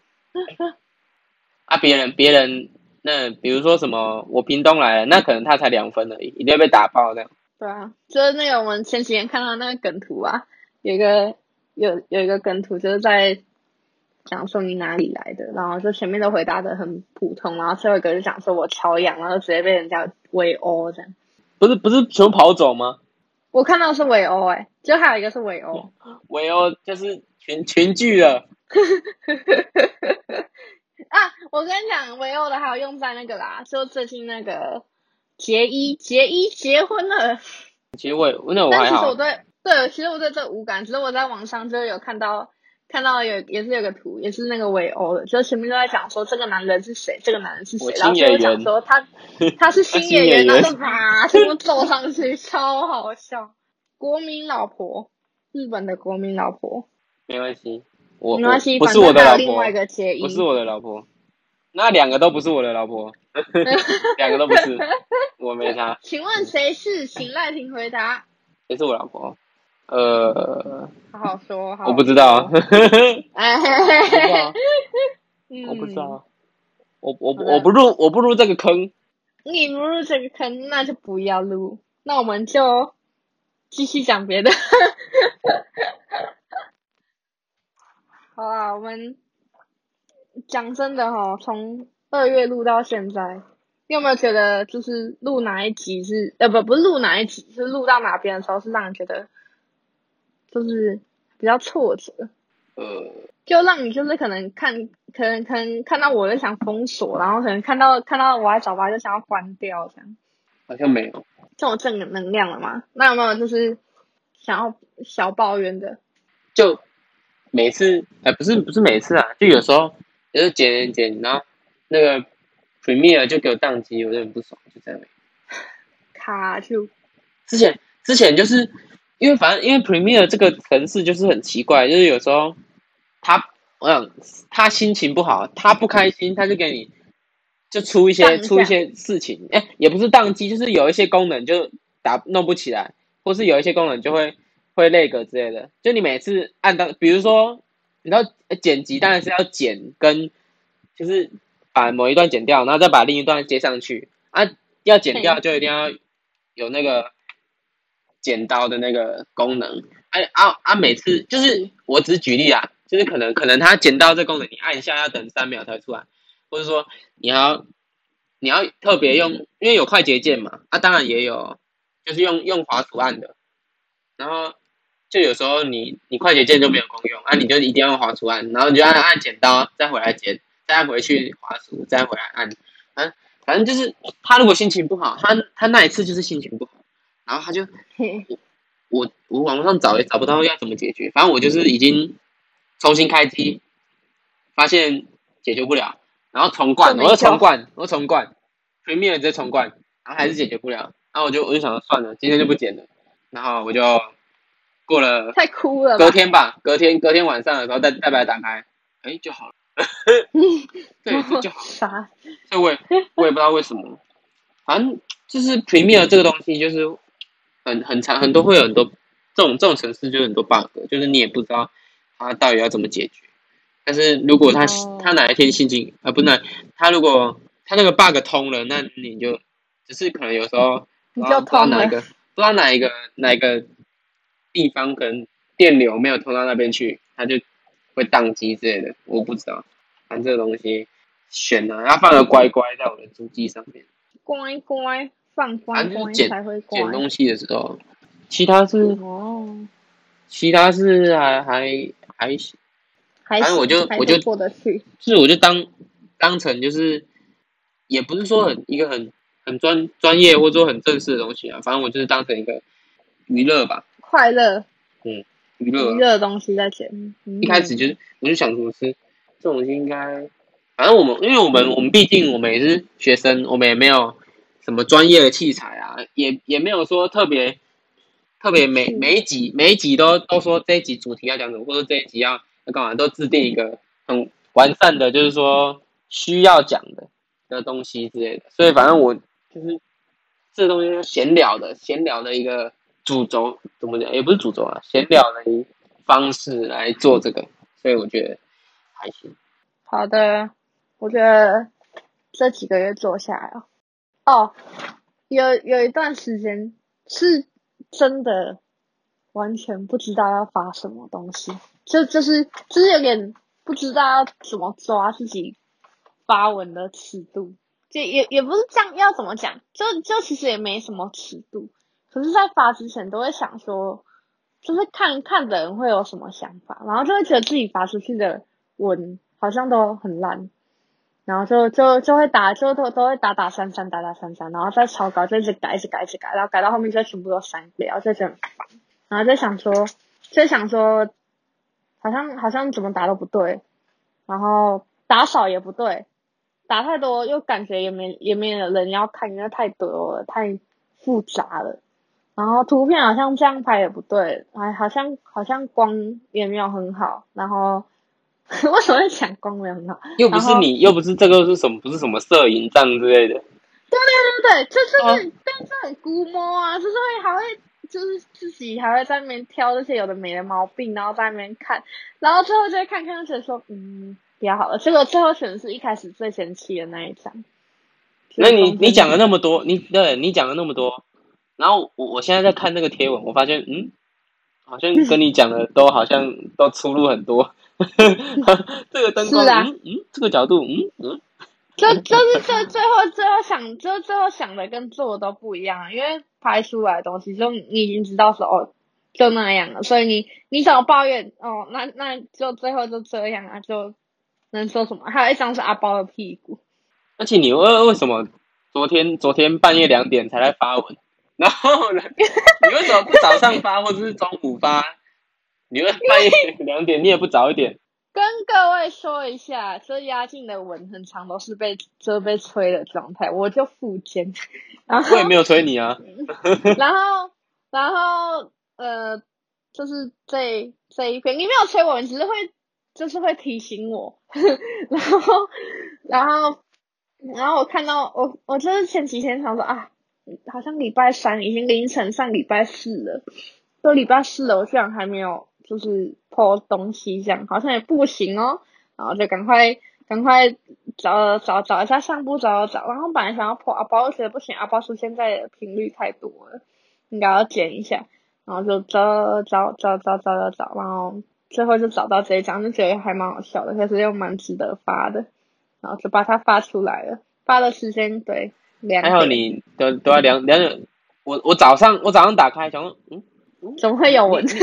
啊，别人别人那比如说什么，我屏东来了，那可能他才两分而已，一定会被打爆那样。对啊，就是那个我们前几天看到那个梗图啊，有一个有有一个梗图就是在讲说你哪里来的，然后就前面都回答的很普通，然后最后一个就讲说我朝阳，然后直接被人家围殴这样。不是不是全部跑走吗？我看到是围殴哎，就还有一个是围殴，围殴就是群群聚了。哎、啊，我跟你讲，唯有的还有用在那个啦，就最近那个结衣，结衣结婚了。其实我也那我但还其实我好，对对，其实我对这无感，只是我在网上就有看到看到有也是有个图，也是那个围殴的，就前面都在讲说这个男人是谁，这个男人是我谁，新然后就演会讲员 [LAUGHS] 说他他是新新演演员，然员后就啪全部揍上去，超好笑。国民老婆，日本的国民老婆，没关系，我没关系，我不反是我正的还有老另外一婆，个结衣不，是我的老婆，那两个都不是我的老 [LAUGHS] 婆，两个都不是，我没她，请问谁是？请赖廷回答。谁是我老婆？呃，好好说，好好我不知道，说。哎，嘿嘿嘿 [LAUGHS] 嗯我不知道，我我不好的我不入我不入这个坑，你不入这个坑，嗯那就不要录。那我们就继续讲别的。 [LAUGHS] 好啊，我们讲真的哈、从二月录到现在，你有没有觉得就是录哪一集是呃不不是录哪一集，是录到哪边的时候是让你觉得就是比较挫折？呃，就让你就是可能看，可能可能看到我就想封锁，然后可能看到看到我还早八就想要关掉这样，好像没有，这种正能量了吗？那有没有就是想要小抱怨的？就每次哎、不是不是每次啊，就有时候就是剪剪剪，然后那个 Premiere 就给我宕机，我有点不爽，就这样。卡住，之前之前就是因为反正因为 Premiere 这个城市就是很奇怪，就是有时候他我想他心情不好，他不开心，他就给你就出一荡些一下出一些事情，哎、也不是宕机，就是有一些功能就打弄不起来，或是有一些功能就会会那个之类的。就你每次按到，比如说你知道呃剪辑当然是要剪跟就是把某一段剪掉，然后再把另一段接上去啊。要剪掉嘿就一定要有那个剪刀的那个功能。哎啊啊！每次就是我只是举例啊，就是可能可能他剪刀这功能你按一下要等三秒才出来，或者说你要你要特别用，因为有快捷键嘛，啊当然也有就是用用滑鼠按的，然后就有时候你你快捷键就没有功用，啊你就一定要用滑鼠按，然后你就按按剪刀再回来剪，再按回去滑鼠再回来按，反反正就是他如果心情不好，他他那一次就是心情不好，然后他就嘿，我我网络上找也找不到要怎么解决，反正我就是已经重新开机，发现解决不了，然后重灌，这没我又重效灌，我又重灌，Premiere 直接重灌，然后还是解决不了，然后我就我就想说算了，今天就不剪了，然后我就过了 [LAUGHS] 太哭了吧隔？ [LAUGHS] 天吧，隔天隔天晚上的时候再再把它打开，哎就 [LAUGHS] 好了，对就就好了。啥？所以我也我也不知道为什么，反正就是 Premiere 这个东西就是很很长，很多会有很多这种这种城市就是很多 bug，就是你也不知道它到底要怎么解决。但是如果他哦他哪一天心情啊、呃、不是哪他如果他那个 bug 通了，那你就只是可能有时候你不知道就不知道通哪了一，个不知道哪一个哪一个地方可能电流没有通到那边去，它就会宕机之类的，我不知道。反正这个东西选了，它放个乖乖在我的主机上面，乖乖放乖反正就乖是剪才会乖捡。东西的时候，其他是哦，其他是还还还行，还反正我行就还我是就过得去。是我就当当成就是，也不是说很一个很很专专业或者说很正式的东西啊，反正我就是当成一个娱乐吧，快乐娱娱乐啊、乐的东西在嗯前面。一开始就是我就想说是这种东西应该，反正我们因为我们我们毕竟我们也是学生，我们也没有什么专业的器材啊，也也没有说特别特别每是每一集每一集都都说这一集主题要讲什么，或者这一集要要干嘛，都制定一个很完善的，就是说需要讲的的东西之类的。所以反正我就是这东西就是闲聊的闲聊的一个主轴，怎么讲也不是主轴啊，闲聊的一方式来做这嗯个，所以我觉得还行。好的，我觉得这几个月做下来哦，哦，有有一段时间是真的完全不知道要发什么东西，就就是就是有点不知道要怎么抓自己发文的尺度，就也也不是这样要怎么讲，就就其实也没什么尺度，可是，在发之前都会想说，就是看看的人会有什么想法，然后就会觉得自己发出去的文好像都很烂，然后就就就会打，就都都会打打删删打打删删，然后再草稿就一直改一直改一直改，然后改到后面就全部都删掉，就觉得很烦。然后就想说，就想说，好像好像怎么打都不对，然后打少也不对，打太多又感觉也没也没有人要看，因为太多了，太复杂了。然后图片好像这样拍也不对，还好像好像光也没有很好，然后 [LAUGHS] 为什么会想光没有很好？又不是然后你，又不是这个是什么，不是什么摄影帐之类的。对，这哦就是，但是很估摸啊，就是会还会就是自己还会在那边挑这些有的没的毛病，然后在那边看，然后最后就会看看就觉得说，嗯，比较好了。结果最后选的是一开始最嫌弃的那一张。那你你讲了的那么多，你对你讲了那么多，然后我我现在在看那个贴文，我发现嗯，好像跟你讲的都好像都出入很 [LAUGHS] 多。 [LAUGHS] 这个灯光，是啊嗯嗯，这个角度，嗯嗯，就就是最最后最后想，就最后想的跟做的都不一样，因为拍出来的东西就你已经知道说哦就那样了，所以你你怎么抱怨哦，那那就最后就这样啊，就能说什么？还有一张是阿包的屁股。而且你为为什么昨天昨天半夜两点才来发文， [LAUGHS] 然后呢，你为什么不早上发或者是中午发？你为半夜两点你也不早一点？跟各位说一下，这压境的文很长都是被就被催的状态，我就付肩， [LAUGHS] 然后我也没有催你啊，然后然后呃，就是这这一篇，你没有催我，你只是会就是会提醒我， [LAUGHS] 然后然后然后我看到我我就是前几天想说啊，好像礼拜三已经凌晨上礼拜四了，都礼拜四了，我居然还没有就是 po 东西，这样好像也不行哦，然后就赶快。赶快找找找一下相簿，找找。然后本来想要 po 阿包，又觉得不行，阿包出现在的频率太多了，应该要减一下。然后就找找找找找找找，然后最后就找到这一张，就觉得还蛮好笑的，可是又蛮值得发的，然后就把它发出来了。发的时间对，两还好点。你都都要两两点，我我早上我早上打开想说，嗯，怎么会有我？你你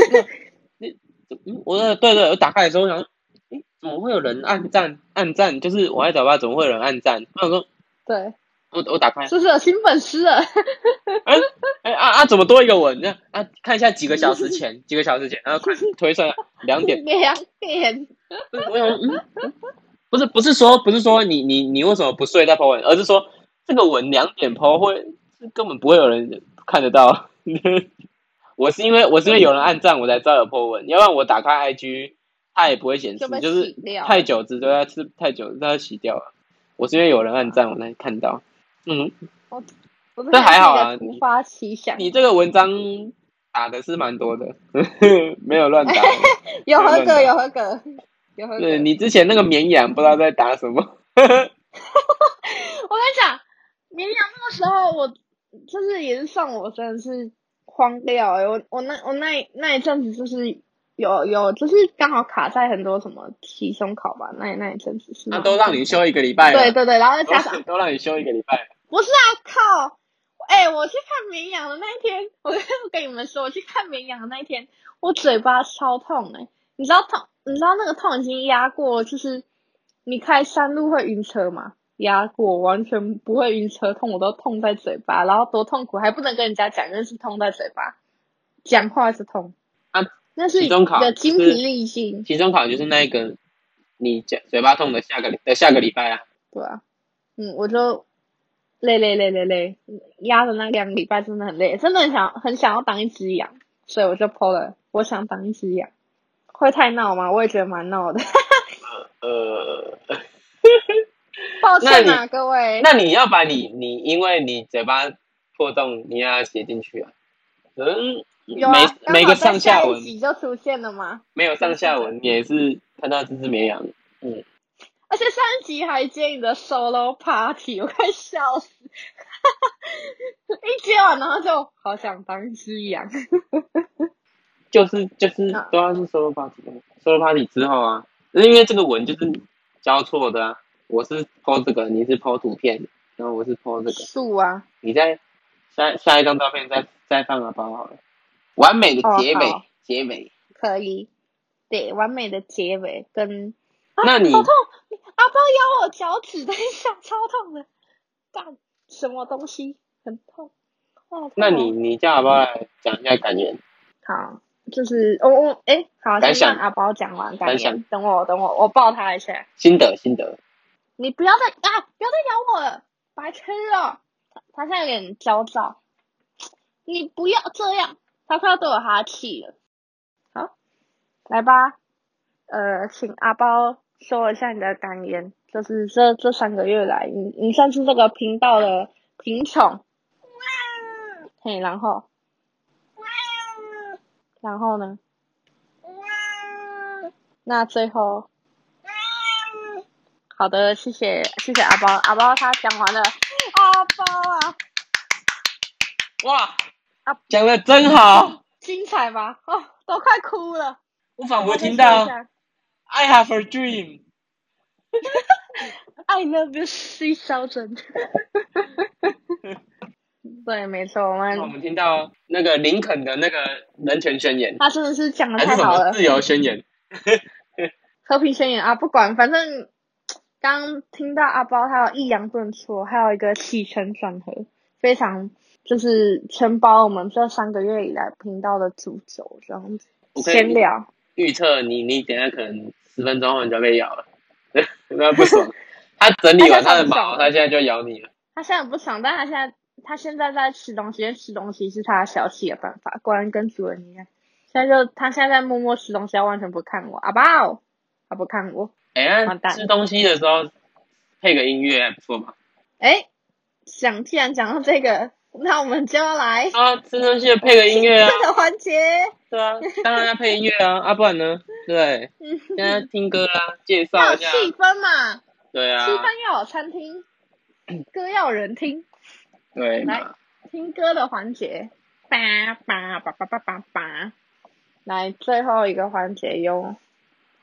你你嗯，我的对对，我打开的时候我想说，诶，怎么会有人按赞按赞？就是我在找吧，怎么会有人按赞？我想说，对，我我打开，是不是有新粉丝了？哎哎啊啊，怎么多一个文？那啊，看一下几个小时前，几个小时前，然后快推算两点。两点。不是我想说，嗯，嗯不是不是说嗯不是说你你你为什么不睡再 po 文，而是说这个文两点 po 会根本不会有人看得到。 [LAUGHS] 我是因为我是因为有人按赞我才知道有 po 文，要不然我打开 IG 它也不会显示就被，就是洗掉了太久之都要是太久它洗掉了。我是因为有人按赞我才看到。嗯，我这还好啊是突发奇想，你这个文章打的是蛮多的， [LAUGHS] 没有乱打。 [LAUGHS] 有合格，乱有合格，有合格。对你之前那个绵羊不知道在打什么。我跟你讲，绵羊那个时候我就是也是上我真的是慌掉、欸，我我那我那那一阵子就是有有就是刚好卡在很多什么期中考吧，那那一阵子是那、吗？啊都让你休一个礼拜了，对对对，然后 [LAUGHS] 再加上都都让你休一个礼拜了。不是啊，靠！哎、我去看绵羊的那一天，我跟我跟你们说，我去看绵羊的那一天，我嘴巴超痛哎、你知道痛？你知道那个痛已经压过，就是你开山路会晕车吗？压过，完全不会晕车痛，我都痛在嘴巴，然后多痛苦，还不能跟人家讲，因为是痛在嘴巴，讲话是痛啊，那是期一中考个精疲是力尽，期中考就是那一个你嘴嘴巴痛的下个礼的下个礼拜啊，对啊，嗯，我就累累累累累，压的那两个礼拜真的很累，真的很想很想要当一只羊，所以我就 PO 了，我想当一只羊，会太闹吗？我也觉得蛮闹的， [LAUGHS] 呃，抱歉那啊各位，那你要把你你因为你嘴巴破洞，你要写进去啊。嗯，有啊，每每刚好个在上下一文集就出现了嘛，没有上下文，也是看到这只绵羊。而且上一集还接你的 solo party，我快笑死， [LAUGHS] 一接完然后就好想当一只羊，就是就是啊都要是 solo party，solo party 之后啊，因为这个文就是交错的啊。我是 PO 这个，你是 PO 图片，然后我是 PO 这个，树啊，你再下下一张照片再再放个包好了，完美的结尾、哦好结尾。可以，对，完美的结尾跟。啊那你好痛！啊，阿包咬我脚趾，等一下超痛的，干什么东西很痛，好痛那你你叫阿包来讲一下感言，好，就是我我哎，好，感先想让阿包讲完感感言想，等我等我，我抱他一下。心得心得。你不要再啊！不要再咬我了，白痴哦！他他现在有点焦躁，你不要这样，他快要对我哈气了。好，来吧，呃，请阿包说一下你的感言，就是这这三个月来，你你算是这个频道的品种。嘿，然后，然后呢？那最后。好的，谢谢谢谢阿包，阿包他讲完了，阿包啊，哇啊，嗯讲的真好，精彩吧？哦，都快哭了。我仿佛再听说一到下 I have a dream。 I love you 是肖真。 [LAUGHS] 对，没错，我那我们们听到那个林肯的那个人权宣言，他真的是讲的还是嗯太什好么了，自由宣言？和平宣言啊，不管，反正刚听到阿包他有抑扬顿挫，还有一个起承转合，非常就是承包我们这三个月以来频道的主轴这样子。我可以闲聊。预测你你等一下可能十分钟后你就要被咬了， [LAUGHS] 那不爽。他整理完他的毛，他现在就咬你了。他现在不爽，但他现在他现在在吃东西，因为吃东西是他小气的办法，果然跟主人一样。现在就他现在在默默吃东西，他完全不看我，阿爸哦，他不看我。哎、那完蛋吃东西的时候配个音乐还不错嘛。哎，想既然讲到这个，那我们就要来啊，吃东西的配个音乐啊，这个环节。对啊，当然要配音乐啊，啊不然呢？对，现在听歌啦，介要绍有一 [LAUGHS] 下，气氛嘛，对啊吃，饭要有餐 [LAUGHS] 厅，歌要有人听，对来嘛，听歌的环节。叭叭叭叭叭叭叭。来，最后一个环节由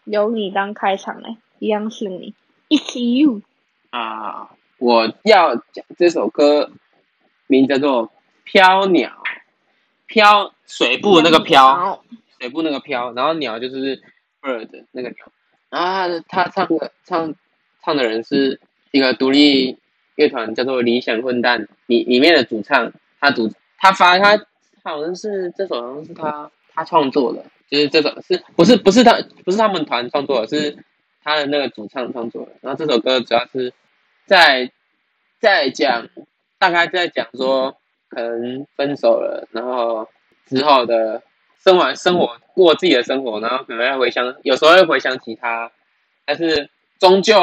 由你当开场嘞，一样是你，It's you。啊，我要讲这首歌，名叫做《飘鸟》，飘水部那个飘。好，水部那个飘，然后鸟就是 bird 那个鸟，然后他他唱的唱唱的人是一个独立乐团叫做理想混蛋，里里面的主唱他主他发他好像是这首好像是他他创作的，就是这首是不是不是他不是他们团创作的，是他的那个主唱创作的。然后这首歌主要是在在讲大概在讲说可能分手了，然后之后的生完生活过自己的生活，然后可能要回想，有时候会回想起他，但是终究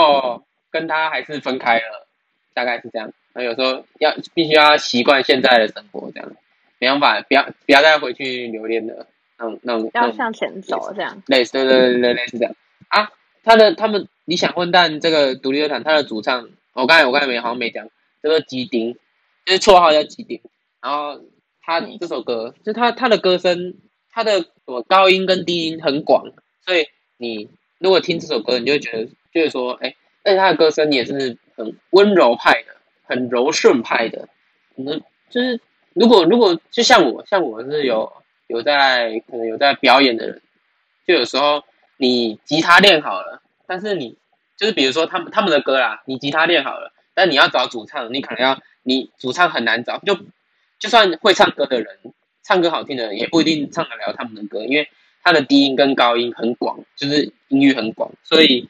跟他还是分开了，大概是这样。那有时候要必须要习惯现在的生活，这样没办法，不要不要再回去留恋了，那种那种那要种向前走这样。类似，对对对对，类似这样啊。他的他们理想混蛋这个独立乐团，他的主唱，我刚才我刚才没好像没讲，叫做基丁，就是绰号叫基丁。然后他嗯这首歌，就他他的歌声，他的什么高音跟低音很广，所以你如果听这首歌，你就会觉得就是说，哎、而且他的歌声也是很温柔派的，很柔顺派的。嗯，就是如果如果就像我，像我是有有在可能有在表演的人，就有时候你吉他练好了，但是你就是比如说他们他们的歌啦，你吉他练好了，但你要找主唱，你可能要你主唱很难找，就就算会唱歌的人，唱歌好听的人也不一定唱得了他们的歌，因为他的低音跟高音很广，就是音域很广，所以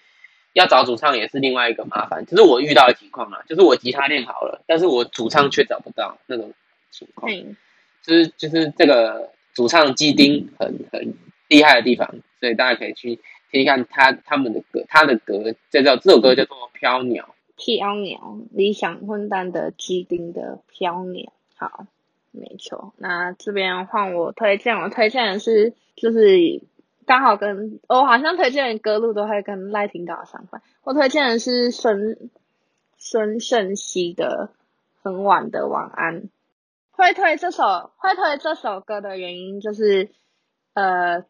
要找主唱也是另外一个麻烦。就是我遇到的情况啊，就是我吉他练好了，但是我主唱却找不到那种情况。嗯，就是就是这个主唱基丁很很厉害的地方，所以大家可以去听听看他他们的歌，他的歌这叫这首歌叫做《飘鸟》。飘鸟，理想混蛋的基丁的飘鸟。好，没错。那这边换我推荐，我推荐的是就是刚好跟我、好像推荐的歌路都会跟赖廷刚好相反。我推荐的是孙孙胜熙的《很晚的晚安》。会推这首会推这首歌的原因就是，呃，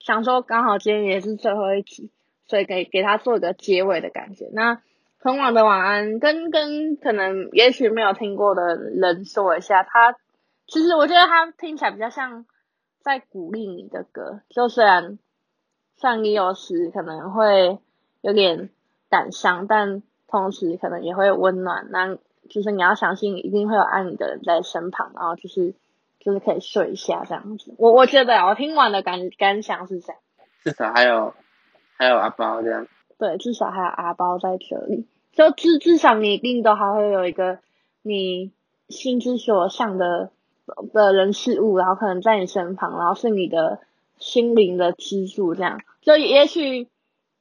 想说刚好今天也是最后一集，所以给给他做一个结尾的感觉。那很晚的晚安，跟跟可能也许没有听过的人说一下，他其实我觉得他听起来比较像在鼓励你的歌，就虽然虽然你有时可能会有点感伤，但同时可能也会温暖。那就是你要相信，一定会有爱你的人在身旁，然后就是就是可以睡一下这样子。我我觉得啊我听完的感感想是这样，至少还有还有阿包这样，对，至少还有阿包在这里，就至至少你一定都还会有一个你心之所向的呃的人事物，然后可能在你身旁，然后是你的心灵的支柱，这样就也许。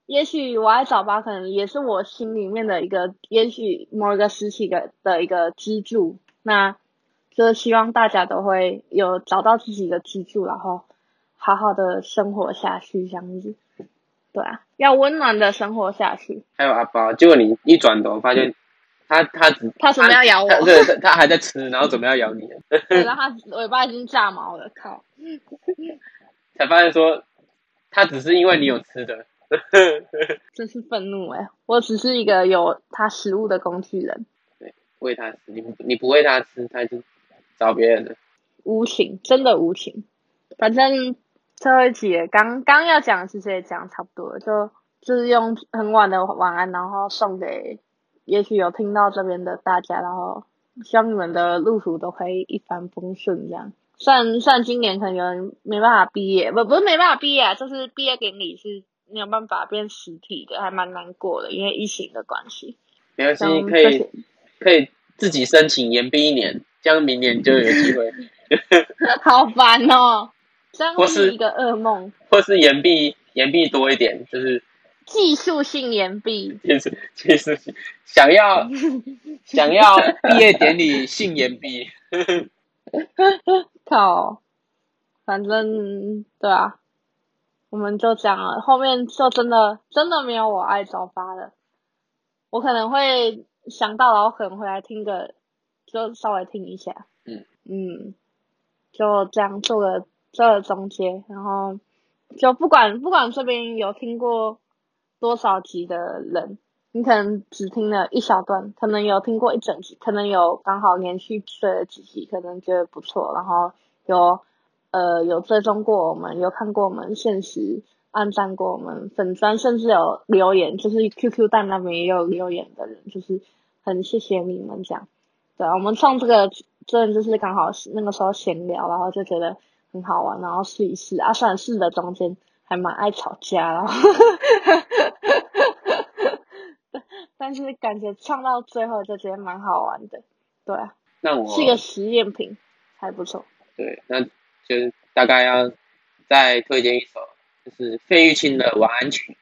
也许我爱早八，可能也是我心里面的一个，也许某一个时期的的一个支柱。那就是希望大家都会有找到自己的支柱，然后好好的生活下去，这样子。对啊，要温暖的生活下去。还有阿包。结果你一转头发现他他只他准备要咬我他啊对，他他还在吃，然后准备要咬你，对，让它尾巴已经炸毛了，靠！才发现说他只是因为你有吃的。 [LAUGHS] 真是愤怒哎、我只是一个有它食物的工具人，喂它吃，你不你不喂它吃，它就找别人了。无情，真的无情。反正最后一集也刚刚要讲的其实也讲差不多了，就就是用很晚的晚安，然后送给也许有听到这边的大家，然后希望你们的路途都可以一帆风顺这样。虽然虽然今年可能有人没办法毕业，不不是没办法毕业、啊，就是毕业典礼是没有办法变实体的，还蛮难过的，因为疫情的关系。没关系像，可以可以自己申请延毕一年，这样明年就有机 [LAUGHS] 会， [LAUGHS] 好烦哦，这样或是是一个噩梦。或是延毕延毕多一点，就是技术性延毕，其实其实想 [LAUGHS] 要想要毕业典礼信延 [LAUGHS] 毕，靠，反正对啊，我们就这样了。后面就真的真的没有我爱早八了，我可能会想到，然后可能回来听个，就稍微听一下。嗯嗯，就这样做个做个总结，然后就不管不管这边有听过多少集的人，你可能只听了一小段，可能有听过一整集，可能有刚好连续追了几集，可能觉得不错，然后有呃有追踪过我们，有看过我们现实，暗赞过我们粉砖，甚至有留言，就是 QQ 蛋那边也有留言的人，就是很谢谢你们这样。对啊，我们创这个真的就是刚好是那个时候闲聊，然后就觉得很好玩，然后试一试啊，虽然试的中间还蛮爱吵架，然后 [LAUGHS] 但是感觉唱到最后就觉得蛮好玩的，对啊，那我是一个实验品，还不错。对，那就是大概要再推荐一首，就是费玉清的《晚安曲》。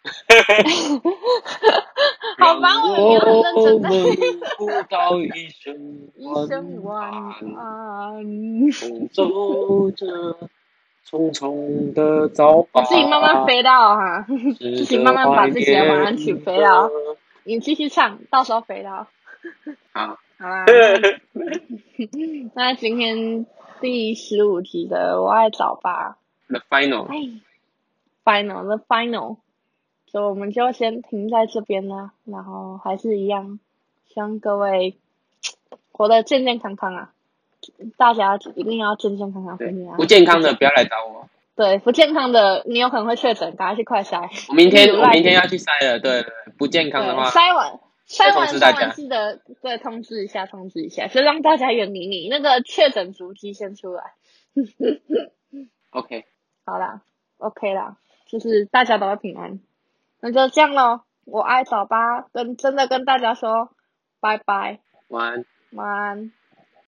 [LAUGHS] 好吧，我没有认真在。互道一声 [LAUGHS] 一声晚安。同走着匆匆的早我八，自己慢慢飞到哈，值得怀念的，自己慢慢把自己的晚安曲飞了你继续唱，到时候飞到。好，好啦， [LAUGHS] 那今天第十五集的我爱早八， The Final，哎，final the final，所以我们就先停在这边啦。然后还是一样，希望各位活得健健康康啊！大家一定要健健康康，对平平安安不健康的不要来找我，对不健康的，你有可能会确诊，赶快去快筛。我明天你有我赖明天皮要去筛了，对对，对不健康的对，话，筛完筛通完知大筛家完记得对通知一下，通知一下，就让大家远离你那个确诊足迹先出来。 OK，好啦，OK 啦，就是大家都要平安，那就这样咯，我爱早八，跟真的跟大家说，拜拜，晚安。晚安。